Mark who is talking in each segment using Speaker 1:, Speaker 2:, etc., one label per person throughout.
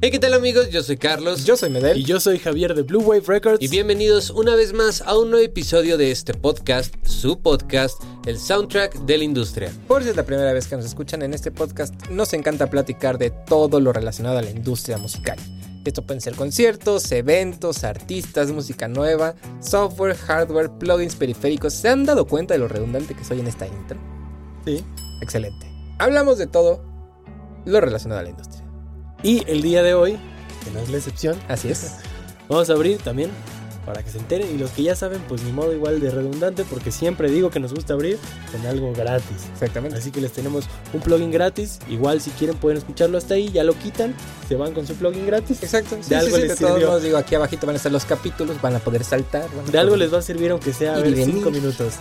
Speaker 1: Hey, ¿qué tal amigos? Yo soy Carlos.
Speaker 2: Yo soy Medel.
Speaker 3: Y yo soy Javier de Blue Wave Records.
Speaker 1: Y bienvenidos una vez más a un nuevo episodio de este podcast, su podcast, el soundtrack de la industria.
Speaker 2: Por si es la primera vez que nos escuchan en este podcast, nos encanta platicar de todo lo relacionado a la industria musical. Esto pueden ser conciertos, eventos, artistas, música nueva, software, hardware, plugins, periféricos. ¿Se han dado cuenta de lo redundante que soy en esta intro?
Speaker 3: Sí.
Speaker 2: Excelente. Hablamos de todo lo relacionado a la industria.
Speaker 3: Y el día de hoy, que no es la excepción,
Speaker 2: Así es.
Speaker 3: vamos a abrir también para que se enteren. Y los que ya saben, pues ni modo igual de redundante, porque siempre digo que nos gusta abrir con algo gratis.
Speaker 2: Exactamente.
Speaker 3: Así que les tenemos un plugin gratis. Igual si quieren pueden escucharlo hasta ahí, ya lo quitan, se van con su plugin gratis.
Speaker 2: Exacto. Sí,
Speaker 3: De algo
Speaker 2: sí, sí, de
Speaker 3: les
Speaker 2: todos
Speaker 3: sirvió.
Speaker 2: modos, digo, aquí abajito van a estar los capítulos, van a poder saltar. van a
Speaker 3: De algo
Speaker 2: poder-
Speaker 3: les va a servir aunque sea a
Speaker 2: Ir y
Speaker 3: ver,
Speaker 2: venir.
Speaker 3: cinco minutos.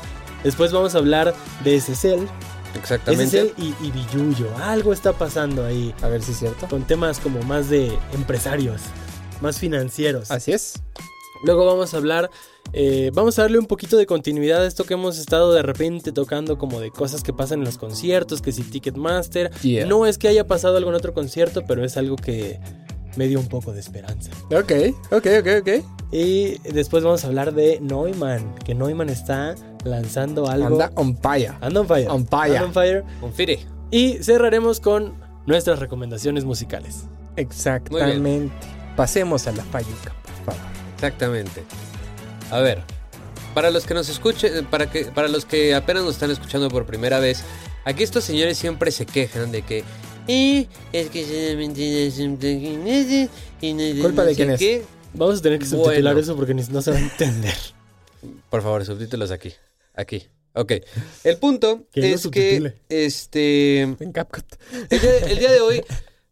Speaker 3: Después vamos a hablar de SSL,
Speaker 1: Exactamente.
Speaker 3: SSL y, y Billuyo. Algo está pasando ahí
Speaker 2: A ver si es cierto.
Speaker 3: con temas como más de empresarios, más financieros.
Speaker 2: Así es.
Speaker 3: Luego vamos a hablar, eh, vamos a darle un poquito de continuidad a esto que hemos estado de repente tocando como de cosas que pasan en los conciertos, que si Ticketmaster.
Speaker 2: Yeah.
Speaker 3: No es que haya pasado algo en otro concierto, pero es algo que me dio un poco de esperanza.
Speaker 2: Ok, ok, ok, ok.
Speaker 3: Y después vamos a hablar de Neumann, que Neumann está lanzando algo.
Speaker 2: Anda on fire.
Speaker 3: Anda on fire.
Speaker 2: On fire.
Speaker 3: Anda on fire.
Speaker 1: Confire.
Speaker 3: Y cerraremos con nuestras recomendaciones musicales.
Speaker 2: Exactamente. Pasemos a la falluca, por favor.
Speaker 1: Exactamente. A ver, para los que nos escuchen, para, que, para los que apenas nos están escuchando por primera vez, aquí estos señores siempre se quejan de que... "Eh, es que solamente es un plugin ese, y no-
Speaker 2: ¿Culpa
Speaker 1: no
Speaker 2: de
Speaker 1: sé
Speaker 2: quién es?
Speaker 1: qué".
Speaker 3: Vamos a tener que subtitular
Speaker 1: Bueno.
Speaker 3: eso porque ni- no se va a entender.
Speaker 1: Por favor, subtítulos aquí. Aquí. Ok. El punto
Speaker 3: Que lo
Speaker 1: es que
Speaker 3: subtitule.
Speaker 1: este el
Speaker 2: En CapCut.
Speaker 1: día, el día de hoy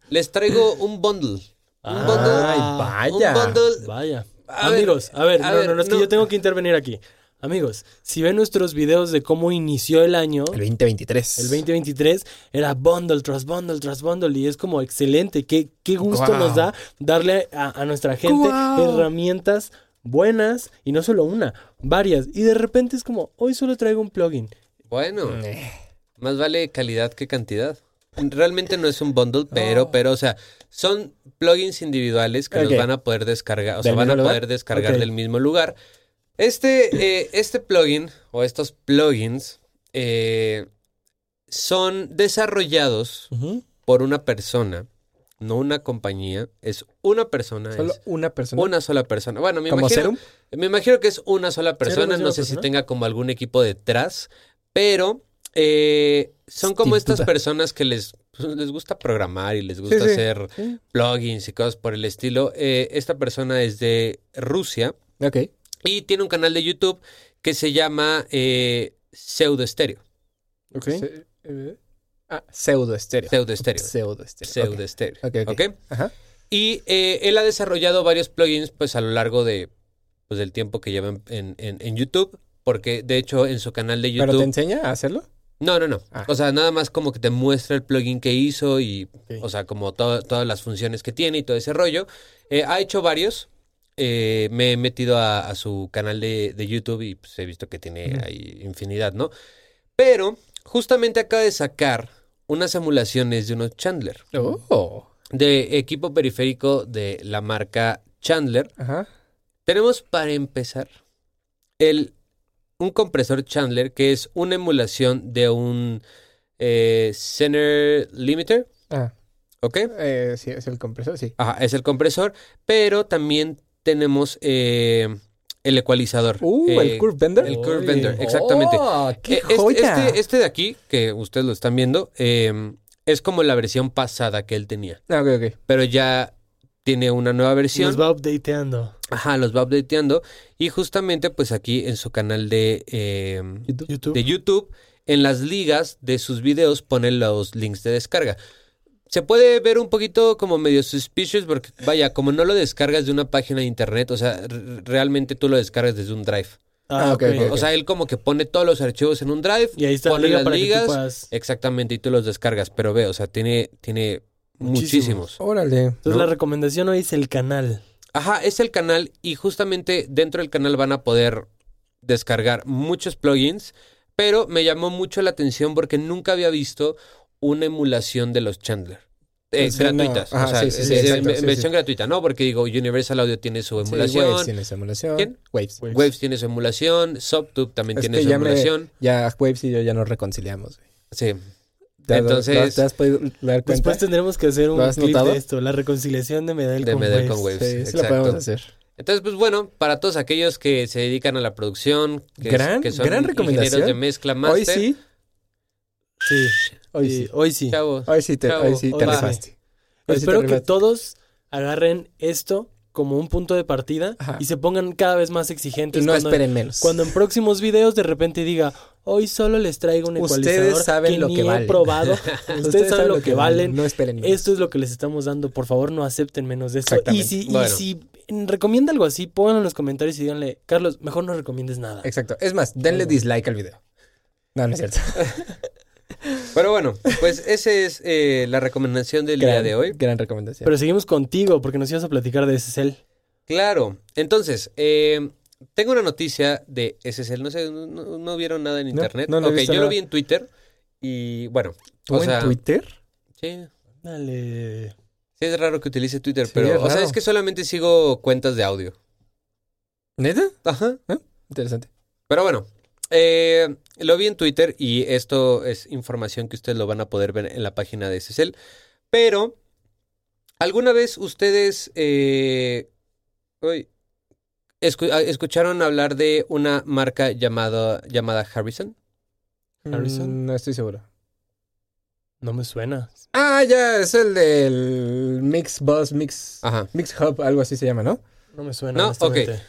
Speaker 1: les traigo un bundle. Un
Speaker 3: Ah,
Speaker 1: bundle.
Speaker 2: vaya.
Speaker 1: Un bundle.
Speaker 3: Vaya.
Speaker 1: A ver,
Speaker 3: Amigos, a ver,
Speaker 1: a
Speaker 3: no,
Speaker 1: ver,
Speaker 3: no, no, es
Speaker 1: no.
Speaker 3: que yo tengo que intervenir aquí. Amigos, si ven nuestros videos de cómo inició el año,
Speaker 2: El 2023.
Speaker 3: el 2023, era bundle tras bundle tras bundle y es como excelente. Qué, qué gusto
Speaker 2: Guau.
Speaker 3: nos da darle a, a nuestra gente
Speaker 2: Guau.
Speaker 3: herramientas buenas y no solo una, varias. Y de repente es como, hoy solo traigo un plugin.
Speaker 1: Bueno,
Speaker 2: Eh,
Speaker 1: más vale calidad que cantidad. Realmente no es un bundle, pero, pero, o sea, son plugins individuales que
Speaker 2: Oh. Ok.
Speaker 1: los van a poder descargar, o sea,
Speaker 2: ¿Del
Speaker 1: van a
Speaker 2: mismo lugar?
Speaker 1: poder descargar
Speaker 3: Ok.
Speaker 1: del mismo lugar. Este, eh, este plugin o estos plugins eh, son desarrollados
Speaker 2: ujú.
Speaker 1: por una persona, no una compañía, es una persona,
Speaker 2: Solo
Speaker 1: es
Speaker 2: una persona.
Speaker 1: una sola persona. Bueno, me
Speaker 2: ¿Como
Speaker 1: imagino,
Speaker 2: serum?
Speaker 1: me imagino que es una sola
Speaker 3: una
Speaker 1: persona,
Speaker 3: sola
Speaker 1: no sé si
Speaker 3: persona.
Speaker 1: tenga como algún equipo detrás, pero eh, son como
Speaker 2: Sin
Speaker 1: estas
Speaker 2: duda.
Speaker 1: personas que les, pues, les gusta programar y les gusta
Speaker 2: sí.
Speaker 1: hacer plugins y cosas por el estilo. Eh, esta persona es de Rusia
Speaker 2: Ok.
Speaker 1: y tiene un canal de YouTube que se llama eh, Pseudo Estéreo.
Speaker 3: Ok.
Speaker 2: Se- eh, ah, pseudo estéreo.
Speaker 1: Pseudo Estéreo.
Speaker 2: Pseudo estéreo.
Speaker 1: Pseudo
Speaker 2: Ok.
Speaker 1: Estéreo.
Speaker 2: Ok, ok.
Speaker 1: ¿Ok?
Speaker 2: Ajá.
Speaker 1: Y eh, él ha desarrollado varios plugins pues a lo largo de pues, del tiempo que lleva en, en- en- en YouTube. Porque de hecho en su canal de
Speaker 2: ¿Pero te
Speaker 1: YouTube.
Speaker 2: enseña a hacerlo?
Speaker 1: No, no, no.
Speaker 2: Ah.
Speaker 1: O sea, nada más como que te muestra el plugin que hizo y.
Speaker 3: Ok.
Speaker 1: O sea, como to- todas las funciones que tiene y todo ese rollo. Eh, ha hecho varios. Eh, me he metido a, a su canal de, de YouTube y pues, he visto que tiene
Speaker 2: Ujú.
Speaker 1: ahí infinidad, ¿no? Pero justamente acaba de sacar unas emulaciones de unos Chandler
Speaker 2: Oh.
Speaker 1: de equipo periférico de la marca Chandler.
Speaker 2: Ajá.
Speaker 1: Tenemos para empezar el, un compresor Chandler que es una emulación de un eh, Zener Limiter,
Speaker 2: Ah,
Speaker 1: ¿ok?
Speaker 2: eh, sí, es el compresor, sí.
Speaker 1: Ajá, es el compresor, pero también tenemos eh, el ecualizador.
Speaker 2: Uh,
Speaker 1: eh,
Speaker 2: el Curve Bender.
Speaker 1: el
Speaker 3: Oye.
Speaker 1: Curve Bender, exactamente.
Speaker 2: Oh,
Speaker 1: Eh,
Speaker 2: ¡Qué
Speaker 1: este-
Speaker 2: joya!
Speaker 1: Este, este de aquí, que ustedes lo están viendo, eh, es como la versión pasada que él tenía,
Speaker 2: Ah, ok, ok.
Speaker 1: pero ya tiene una nueva versión.
Speaker 3: Nos va updateando.
Speaker 1: Ajá, los va updateando. Y justamente, pues aquí en su canal de, eh,
Speaker 3: YouTube.
Speaker 1: de YouTube, en las ligas de sus videos ponen los links de descarga. Se puede ver un poquito como medio suspicious porque, vaya, como no lo descargas de una página de internet, o sea, r- realmente tú lo descargas desde un drive.
Speaker 2: Ah, ok, ok.
Speaker 1: O sea, él como que pone todos los archivos en un drive,
Speaker 3: Y ahí está la
Speaker 1: pone
Speaker 3: liga
Speaker 1: las
Speaker 3: para que tú
Speaker 1: ligas,
Speaker 3: puedas-
Speaker 1: exactamente, y tú los descargas. Pero ve, o sea, tiene, tiene muchísimos.
Speaker 3: Muchísimos.
Speaker 2: Órale.
Speaker 3: Entonces
Speaker 1: ¿no?
Speaker 3: la recomendación hoy es el canal.
Speaker 1: Ajá, es el canal y justamente dentro del canal van a poder descargar muchos plugins, pero me llamó mucho la atención porque nunca había visto una emulación de los Chandler. eh,
Speaker 2: Sí, no.
Speaker 1: gratuitas.
Speaker 2: Ajá,
Speaker 1: o sea,
Speaker 2: sí, sí, sí,
Speaker 1: eh, eh,
Speaker 2: exacto,
Speaker 1: ve-
Speaker 2: sí,
Speaker 1: versión
Speaker 2: sí.
Speaker 1: gratuita, ¿no? Porque digo, Universal Audio tiene su
Speaker 2: Sí,
Speaker 1: emulación,
Speaker 2: Waves tiene su emulación.
Speaker 1: ¿Quién?
Speaker 2: Waves.
Speaker 3: Waves.
Speaker 1: Waves tiene su emulación, SubTube también
Speaker 2: Es
Speaker 1: tiene
Speaker 2: que
Speaker 1: su
Speaker 2: ya, me-
Speaker 1: emulación.
Speaker 2: ya Waves y yo ya nos reconciliamos. güey.
Speaker 1: Sí.
Speaker 2: ¿Te has-
Speaker 1: Entonces-
Speaker 2: ¿Te has, te has podido dar cuenta?
Speaker 3: Después tendremos que hacer un
Speaker 2: ¿Lo has
Speaker 3: clip
Speaker 2: notado?
Speaker 3: de esto, la reconciliación de Medell
Speaker 1: De
Speaker 3: con
Speaker 1: Medell
Speaker 3: Waves.
Speaker 1: con Waves.
Speaker 2: Sí, sí lo
Speaker 1: exacto.
Speaker 2: podemos hacer.
Speaker 1: Entonces, pues bueno, para todos aquellos que se dedican a la producción, que, es-
Speaker 2: Gran-
Speaker 1: que son
Speaker 2: gran
Speaker 1: ingenieros
Speaker 2: recomendación.
Speaker 1: de mezcla master,
Speaker 2: Hoy sí,
Speaker 3: Sí,
Speaker 2: hoy
Speaker 3: sí,
Speaker 2: sí.
Speaker 3: hoy sí.
Speaker 1: chavos,
Speaker 2: Hoy sí te,
Speaker 1: Chavo,
Speaker 2: hoy sí te
Speaker 3: hoy sí.
Speaker 2: rifaste. Hoy sí
Speaker 3: Espero
Speaker 2: te
Speaker 3: que
Speaker 2: rifaste.
Speaker 3: todos agarren esto como un punto de partida
Speaker 2: Ajá.
Speaker 3: y se pongan cada vez más
Speaker 2: Y
Speaker 3: exigentes
Speaker 2: no
Speaker 3: cuando,
Speaker 2: esperen menos.
Speaker 3: cuando en próximos videos de repente diga hoy solo les traigo un
Speaker 2: Ustedes
Speaker 3: ecualizador
Speaker 2: saben
Speaker 3: que
Speaker 2: lo
Speaker 3: ni
Speaker 2: que
Speaker 3: he
Speaker 2: valen.
Speaker 3: probado ustedes, saben lo que valen
Speaker 2: No esperen menos.
Speaker 3: Esto es lo que les estamos dando. Por favor, no acepten menos de esto. Y
Speaker 2: Exactamente.
Speaker 3: si, y
Speaker 1: Bueno.
Speaker 3: si recomienda algo así, pónganlo en los comentarios y díganle, Carlos, mejor no recomiendes nada.
Speaker 2: Exacto. Es más, denle dislike al video. No, no es cierto.
Speaker 1: Pero bueno, pues esa es eh, la recomendación del día
Speaker 2: Gran-
Speaker 1: de hoy.
Speaker 2: Gran recomendación.
Speaker 3: Pero seguimos contigo porque nos ibas a platicar de SSL.
Speaker 1: Claro, entonces, eh, tengo una noticia de SSL. No sé, no, no- no vieron nada en internet.
Speaker 2: no, no he
Speaker 1: Ok,
Speaker 2: visto
Speaker 1: yo lo
Speaker 2: nada.
Speaker 1: vi en Twitter y bueno,
Speaker 2: ¿Tú
Speaker 1: o
Speaker 2: en
Speaker 1: sea,
Speaker 2: Twitter?
Speaker 1: sí,
Speaker 3: Dale.
Speaker 1: sí es raro que utilice Twitter,
Speaker 2: Sí, es
Speaker 1: pero o sea,
Speaker 2: raro.
Speaker 1: es que solamente sigo cuentas de audio.
Speaker 2: ¿Neta?
Speaker 1: Ajá.
Speaker 2: Interesante.
Speaker 1: Pero bueno, eh, lo vi en Twitter y esto es información que ustedes lo van a poder ver en la página de SSL. Pero, ¿alguna vez ustedes eh, uy, escu- ah, escucharon hablar de una marca llamada, llamada Harrison?
Speaker 3: Harrison.
Speaker 2: Mm, No estoy seguro.
Speaker 3: No me suena.
Speaker 2: Ah, ya, es el del Mix Bus,
Speaker 3: Ah.
Speaker 2: Mix,
Speaker 1: Ajá.
Speaker 2: Mix Hub, algo así se llama, ¿no?
Speaker 3: No me suena.
Speaker 1: No,
Speaker 3: honestamente.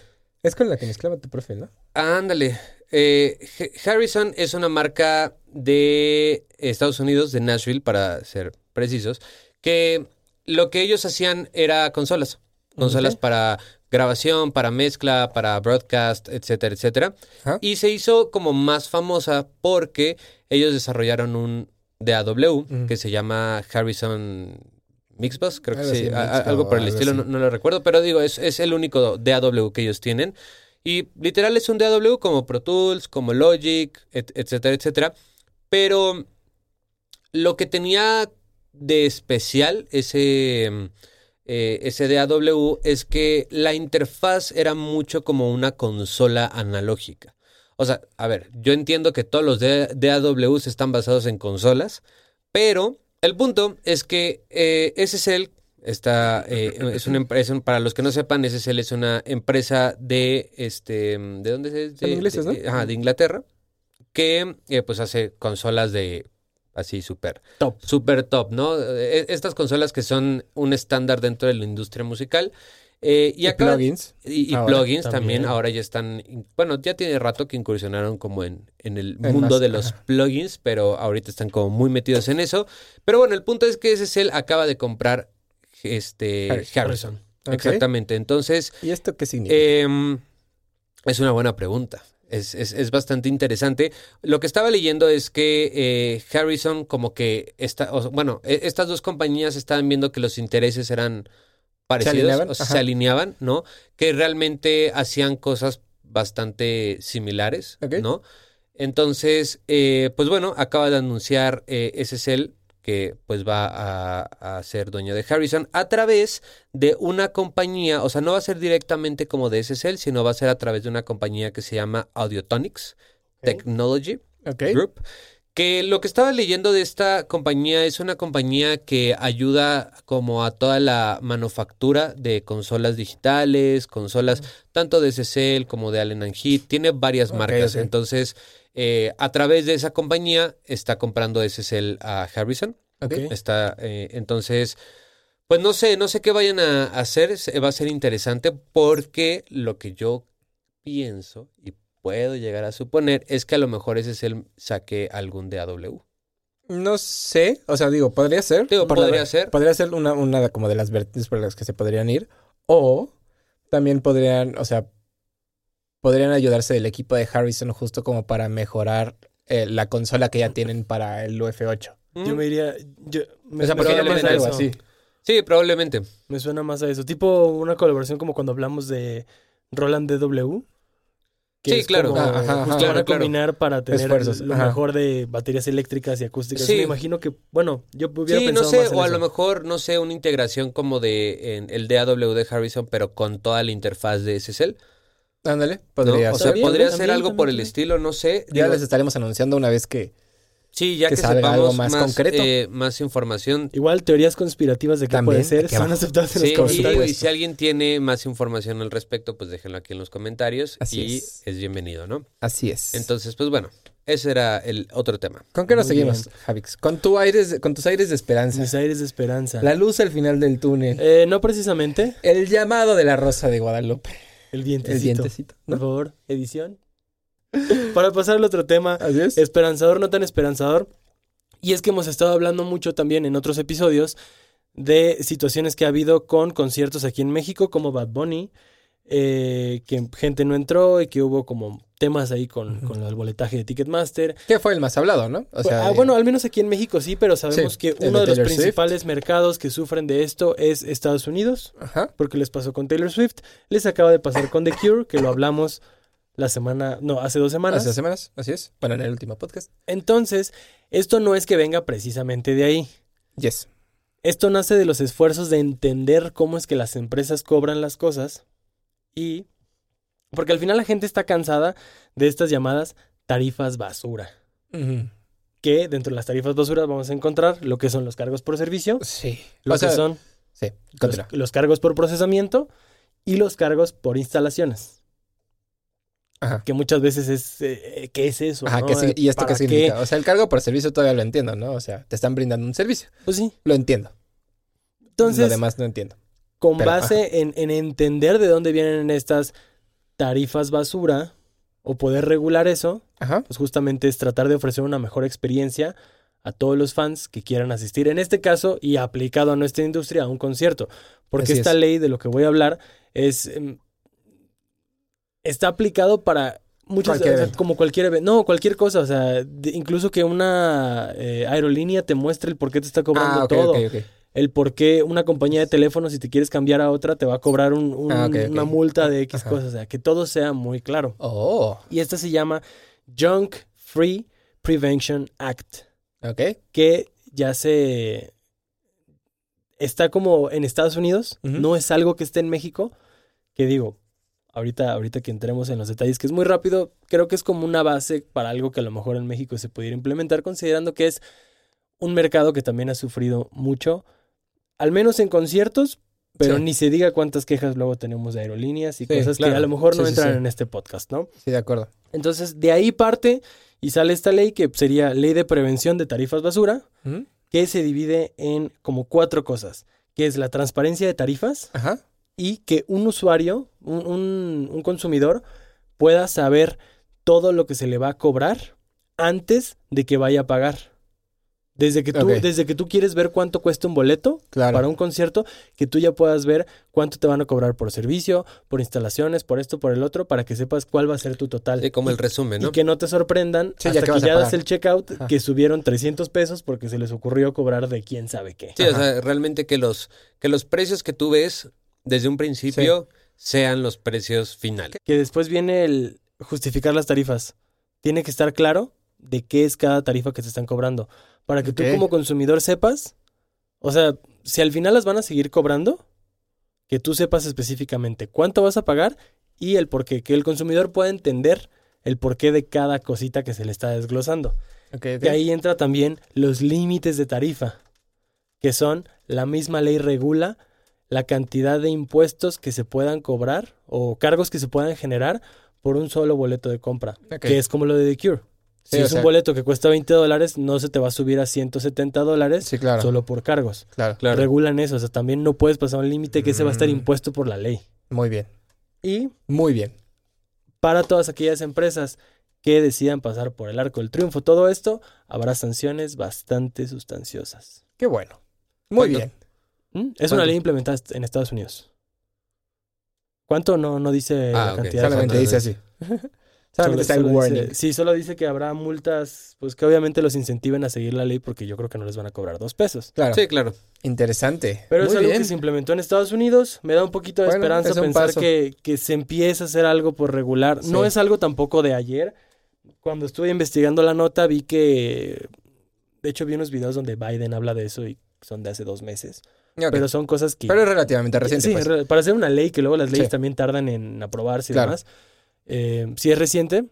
Speaker 2: Es con la que mezclaba tu profe, ¿no?
Speaker 1: Ándale. Eh, H- Harrison es una marca de Estados Unidos, de Nashville, para ser precisos, que lo que ellos hacían era consolas. Consolas
Speaker 3: Ok.
Speaker 1: para grabación, para mezcla, para broadcast, etcétera, etcétera.
Speaker 2: Ajá.
Speaker 1: Y se hizo como más famosa porque ellos desarrollaron un DAW
Speaker 2: Mm.
Speaker 1: que se llama Harrison Mixbus, creo que
Speaker 2: Algo
Speaker 1: sí,
Speaker 2: así,
Speaker 1: a- a-
Speaker 2: Mixbus
Speaker 1: algo por el
Speaker 2: o algo
Speaker 1: estilo, no,
Speaker 2: así.
Speaker 1: no lo recuerdo, pero digo, es, es el único DAW que ellos tienen. Y literal es un DAW como Pro Tools, como Logic, et- etcétera, etcétera. Pero lo que tenía de especial ese, eh, ese DAW es que la interfaz era mucho como una consola analógica. O sea, a ver, yo entiendo que todos los D- DAWs están basados en consolas, pero el punto es que eh, SSL está, eh, es una empresa, para los que no sepan, SSL es una empresa de, este, ¿de dónde es?
Speaker 2: Son
Speaker 1: De-
Speaker 2: ingleses,
Speaker 1: de-
Speaker 2: ¿no?
Speaker 1: ajá, de Inglaterra, que eh, pues hace consolas de, así, súper
Speaker 3: Top.
Speaker 1: super top, ¿no? Eh, Estas consolas que son un estándar dentro de la industria musical. Eh, y,
Speaker 2: Y
Speaker 1: acá,
Speaker 2: plugins.
Speaker 1: y, y
Speaker 2: ahora
Speaker 1: plugins también.
Speaker 3: también.
Speaker 1: ahora ya están, in- bueno, ya tiene rato que incursionaron como en, en el
Speaker 2: En
Speaker 1: mundo
Speaker 2: las-
Speaker 1: de los
Speaker 2: ajá.
Speaker 1: plugins, pero ahorita están como muy metidos en eso. Pero bueno, el punto es que SSL acaba de comprar este
Speaker 2: Harrison.
Speaker 1: Harrison.
Speaker 2: Ok.
Speaker 1: Exactamente, entonces
Speaker 2: ¿Y esto qué significa?
Speaker 1: eh, es una buena pregunta. Es, es- es bastante interesante. Lo que estaba leyendo es que eh, Harrison, como que está, o- bueno, e- estas dos compañías estaban viendo que los intereses eran parecidos,
Speaker 2: alineaban,
Speaker 1: o sea, se
Speaker 2: ajá.
Speaker 1: alineaban, ¿no? Que realmente hacían cosas bastante similares,
Speaker 2: Ok.
Speaker 1: ¿no? Entonces, eh, pues bueno, acaba de anunciar eh, SSL que pues va a, a ser dueño de Harrison a través de una compañía, o sea, no va a ser directamente como de SSL, sino va a ser a través de una compañía que se llama Audiotonics Technology
Speaker 2: ok.
Speaker 1: Group. Que lo que estaba leyendo de esta compañía es una compañía que ayuda como a toda la manufactura de consolas digitales, consolas tanto de SSL como de Allen Heath. Tiene varias
Speaker 2: Ok,
Speaker 1: marcas.
Speaker 2: ok.
Speaker 1: Entonces, eh, a través de esa compañía está comprando SSL a Harrison.
Speaker 2: ok.
Speaker 3: Ok.
Speaker 1: Está, eh, entonces, pues no sé, no sé qué vayan a hacer, se- va a ser interesante porque lo que yo pienso y puedo llegar a suponer es que a lo mejor ese es el saque algún DAW.
Speaker 2: No sé, o sea, digo, podría ser.
Speaker 1: Digo,
Speaker 2: por la-
Speaker 1: podría ser.
Speaker 2: Podría ser una, una como de las vertientes por las que se podrían ir. O también podrían, o sea, podrían ayudarse del equipo de Harrison justo como para mejorar eh, la consola que ya tienen para el UF8.
Speaker 1: Mm,
Speaker 3: Yo me diría. Yo, me,
Speaker 1: O sea,
Speaker 3: me suena más
Speaker 1: probablemente
Speaker 3: a
Speaker 1: algo
Speaker 3: eso.
Speaker 2: así.
Speaker 1: Sí, probablemente.
Speaker 3: Me suena más a eso. Tipo una colaboración como cuando hablamos de Roland DW.
Speaker 1: Sí, claro.
Speaker 3: como
Speaker 2: Ah, ajá, ajá.
Speaker 3: buscar
Speaker 1: Claro, claro.
Speaker 3: combinar para tener
Speaker 2: Esfuerzos,
Speaker 3: lo
Speaker 2: ajá.
Speaker 3: mejor de baterías eléctricas y acústicas.
Speaker 1: Sí.
Speaker 3: Me imagino que, bueno, yo hubiera
Speaker 1: Sí, no
Speaker 3: pensado
Speaker 1: sé,
Speaker 3: más en
Speaker 1: o a
Speaker 3: eso.
Speaker 1: lo mejor, no sé, una integración como de en el DAW de Harrison, pero con toda la interfaz de SSL.
Speaker 2: Ándale,
Speaker 1: ¿no?
Speaker 2: podría
Speaker 1: O
Speaker 2: ser.
Speaker 1: sea,
Speaker 3: También,
Speaker 1: podría ser
Speaker 3: también,
Speaker 1: algo por el
Speaker 3: también.
Speaker 1: estilo, no sé.
Speaker 2: Ya
Speaker 1: Digo,
Speaker 2: les estaremos anunciando una vez que
Speaker 1: sí, ya que,
Speaker 2: que salga
Speaker 1: sepamos
Speaker 2: algo
Speaker 1: más,
Speaker 2: más concreto.
Speaker 1: eh, más información.
Speaker 3: Igual teorías conspirativas de qué
Speaker 2: También,
Speaker 3: puede ser
Speaker 2: ¿de qué
Speaker 3: son
Speaker 2: va?
Speaker 3: aceptadas en
Speaker 1: Sí,
Speaker 3: los
Speaker 1: y,
Speaker 3: comentarios.
Speaker 1: digo, y
Speaker 2: supuesto.
Speaker 1: si alguien tiene más información al respecto, pues déjenlo aquí en los comentarios
Speaker 2: Así
Speaker 1: y
Speaker 2: es.
Speaker 1: bienvenido, ¿no?
Speaker 2: así es.
Speaker 1: Entonces, pues bueno, ese era el otro tema.
Speaker 2: ¿Con qué nos
Speaker 3: Muy
Speaker 2: seguimos, Javix? Con tu aires, con tus aires de esperanza.
Speaker 3: Mis aires de esperanza.
Speaker 2: La luz al final del túnel.
Speaker 3: Eh, no precisamente.
Speaker 2: El llamado de la rosa de Guadalupe.
Speaker 3: El dientecito.
Speaker 2: El dientecito.
Speaker 3: Por
Speaker 2: ¿no?
Speaker 3: favor, edición. Para pasar al otro tema,
Speaker 2: Así es.
Speaker 3: esperanzador, no tan esperanzador. Y es que hemos estado hablando mucho también en otros episodios de situaciones que ha habido con conciertos aquí en México, como Bad Bunny, eh, que gente no entró y que hubo como temas ahí con,
Speaker 2: Ujú.
Speaker 3: con el boletaje de Ticketmaster.
Speaker 2: ¿Qué fue el más hablado, no? O
Speaker 3: Pues, ah,
Speaker 2: de-
Speaker 3: bueno, al menos aquí en México sí, pero sabemos
Speaker 2: Sí,
Speaker 3: que
Speaker 2: el de
Speaker 3: uno de los
Speaker 2: Taylor Swift.
Speaker 3: principales mercados que sufren de esto es Estados Unidos,
Speaker 2: Ajá.
Speaker 3: porque les pasó con Taylor Swift, les acaba de pasar con The Cure, que lo hablamos la semana, no, hace dos semanas.
Speaker 2: Hace dos semanas, así es. Bueno, en el último podcast.
Speaker 3: Entonces, esto no es que venga precisamente de ahí.
Speaker 2: Yes.
Speaker 3: Esto nace de los esfuerzos de entender cómo es que las empresas cobran las cosas y... Porque al final la gente está cansada de estas llamadas tarifas basura.
Speaker 2: Ujú.
Speaker 3: Que dentro de las tarifas basura vamos a encontrar lo que son los cargos por servicio,
Speaker 2: Sí.
Speaker 3: lo
Speaker 2: o sea,
Speaker 3: que son
Speaker 2: sí.
Speaker 3: los,
Speaker 2: Continúa.
Speaker 3: los cargos por procesamiento y los cargos por instalaciones.
Speaker 2: Ajá.
Speaker 3: Que muchas veces es, eh, eh, ¿qué es eso?
Speaker 2: Ajá,
Speaker 3: no?
Speaker 2: ¿qué sig- ¿y esto qué
Speaker 3: ¿Para
Speaker 2: significa? O sea, el cargo por servicio todavía lo entiendo, ¿no? O sea, te están brindando un servicio.
Speaker 3: Pues sí.
Speaker 2: Lo entiendo. lo
Speaker 3: Entonces,
Speaker 2: demás no entiendo.
Speaker 3: con
Speaker 2: pero,
Speaker 3: base en, en entender de dónde vienen estas tarifas basura o poder regular eso,
Speaker 2: Ajá.
Speaker 3: pues justamente es tratar de ofrecer una mejor experiencia a todos los fans que quieran asistir en este caso y aplicado a nuestra industria a un concierto. Porque
Speaker 2: Así
Speaker 3: esta
Speaker 2: es.
Speaker 3: ley de lo que voy a hablar es em, está aplicado para muchas
Speaker 2: Cualquier
Speaker 3: o sea,
Speaker 2: evento.
Speaker 3: como cualquier evento, no, cualquier cosa, o sea, de- incluso que una eh, aerolínea te muestre el por qué te está cobrando
Speaker 2: Ah, ok,
Speaker 3: todo,
Speaker 2: ok, ok.
Speaker 3: el por qué una compañía de teléfonos si te quieres cambiar a otra te va a cobrar un- un-
Speaker 2: Ah, ok, ok.
Speaker 3: una multa de X
Speaker 2: Ajá.
Speaker 3: cosas, o sea, que todo sea muy claro.
Speaker 2: Oh,
Speaker 3: Y esta se llama Junk Free Prevention Act,
Speaker 2: ok.
Speaker 3: que ya se... Está como en Estados Unidos,
Speaker 2: Ujú.
Speaker 3: no es algo que esté en México, que digo, ahorita, ahorita que entremos en los detalles, que es muy rápido, creo que es como una base para algo que a lo mejor en México se pudiera implementar, considerando que es un mercado que también ha sufrido mucho, al menos en conciertos, pero
Speaker 2: Sí.
Speaker 3: ni se diga cuántas quejas luego tenemos de aerolíneas y
Speaker 2: Sí,
Speaker 3: cosas que
Speaker 2: claro.
Speaker 3: a lo mejor no
Speaker 2: Sí, sí,
Speaker 3: entran
Speaker 2: sí.
Speaker 3: en este podcast, ¿no?
Speaker 2: Sí, de acuerdo.
Speaker 3: Entonces, de ahí parte y sale esta ley que sería Ley de Prevención de Tarifas Basura,
Speaker 2: Ujú.
Speaker 3: que se divide en como cuatro cosas, que es la transparencia de tarifas
Speaker 2: Ajá.
Speaker 3: y que un usuario, un, un- un consumidor, pueda saber todo lo que se le va a cobrar antes de que vaya a pagar. Desde que tú,
Speaker 2: Ok.
Speaker 3: desde que tú quieres ver cuánto cuesta un boleto
Speaker 2: Claro.
Speaker 3: para un concierto, que tú ya puedas ver cuánto te van a cobrar por servicio, por instalaciones, por esto, por el otro, para que sepas cuál va a ser tu total.
Speaker 1: Sí, como
Speaker 3: Y
Speaker 1: el resumen,
Speaker 3: y
Speaker 1: Pues ¿no?
Speaker 3: que no te sorprendan
Speaker 2: Sí, ya
Speaker 3: hasta
Speaker 2: que
Speaker 3: que
Speaker 2: vas a
Speaker 3: ya das
Speaker 2: pagar.
Speaker 3: el checkout
Speaker 2: Ajá.
Speaker 3: que subieron 300 pesos porque se les ocurrió cobrar de quién sabe qué.
Speaker 1: Sí, o
Speaker 2: Ajá.
Speaker 1: sea, realmente que los, que los precios que tú ves desde un principio sean los precios finales.
Speaker 3: Que después viene el justificar las tarifas. Tiene que estar claro de qué es cada tarifa que te están cobrando para que
Speaker 2: Ok.
Speaker 3: tú como consumidor sepas, o sea, si al final las van a seguir cobrando, que tú sepas específicamente cuánto vas a pagar y el por qué, que el consumidor pueda entender el porqué de cada cosita que se le está desglosando.
Speaker 2: Ok, ok.
Speaker 3: Y ahí entra también los límites de tarifa, que son la misma ley regula la cantidad de impuestos que se puedan cobrar o cargos que se puedan generar por un solo boleto de compra,
Speaker 2: Ok.
Speaker 3: que es como lo de The Cure. Si
Speaker 2: Sí, o
Speaker 3: es un
Speaker 2: sea-
Speaker 3: boleto que cuesta 20 dólares, no se te va a subir a 170 dólares
Speaker 2: Sí, claro.
Speaker 3: solo por cargos.
Speaker 2: Claro.
Speaker 1: Claro.
Speaker 3: Regulan eso, o sea, también no puedes pasar un límite que ese va a estar
Speaker 2: Mm.
Speaker 3: impuesto por la ley.
Speaker 2: Muy bien.
Speaker 3: Y
Speaker 2: Muy bien.
Speaker 3: para todas aquellas empresas que decidan pasar por el arco del triunfo todo esto, habrá sanciones bastante sustanciosas.
Speaker 2: Qué bueno. Muy
Speaker 1: ¿Cuánto?
Speaker 2: bien.
Speaker 3: ¿Mm? Es
Speaker 1: ¿Cuánto?
Speaker 3: una
Speaker 2: pues
Speaker 3: ley implementada est- en Estados Unidos. ¿Cuánto? No, no dice
Speaker 1: Ah,
Speaker 3: la
Speaker 1: ok.
Speaker 3: cantidad. de
Speaker 2: Ah,
Speaker 1: Solamente
Speaker 2: Claramente
Speaker 3: sanciones.
Speaker 2: dice así. Solamente está el warning.
Speaker 3: dice- sí, solo dice que habrá multas, pues que obviamente los incentiven a seguir la ley porque yo creo que no les van a cobrar dos pesos.
Speaker 2: Claro.
Speaker 1: Sí, claro.
Speaker 2: Interesante.
Speaker 3: Pero
Speaker 2: Muy
Speaker 3: es algo
Speaker 2: bien.
Speaker 3: que se implementó en Estados Unidos. Me da un poquito de
Speaker 2: Bueno, es
Speaker 3: esperanza
Speaker 2: un
Speaker 3: pensar
Speaker 2: paso.
Speaker 3: que, que se empieza a hacer algo por regular. No
Speaker 2: Sí.
Speaker 3: es algo tampoco de ayer. Cuando estuve investigando la nota vi que, de hecho vi unos videos donde Biden habla de eso y son de hace dos meses.
Speaker 2: Ok.
Speaker 3: Pero son cosas que...
Speaker 2: Pero es relativamente reciente.
Speaker 3: Sí,
Speaker 2: pues.
Speaker 3: re- para hacer una ley, que luego las leyes
Speaker 2: Sí.
Speaker 3: también tardan en aprobarse y
Speaker 2: Claro.
Speaker 3: demás. Eh, sí es reciente,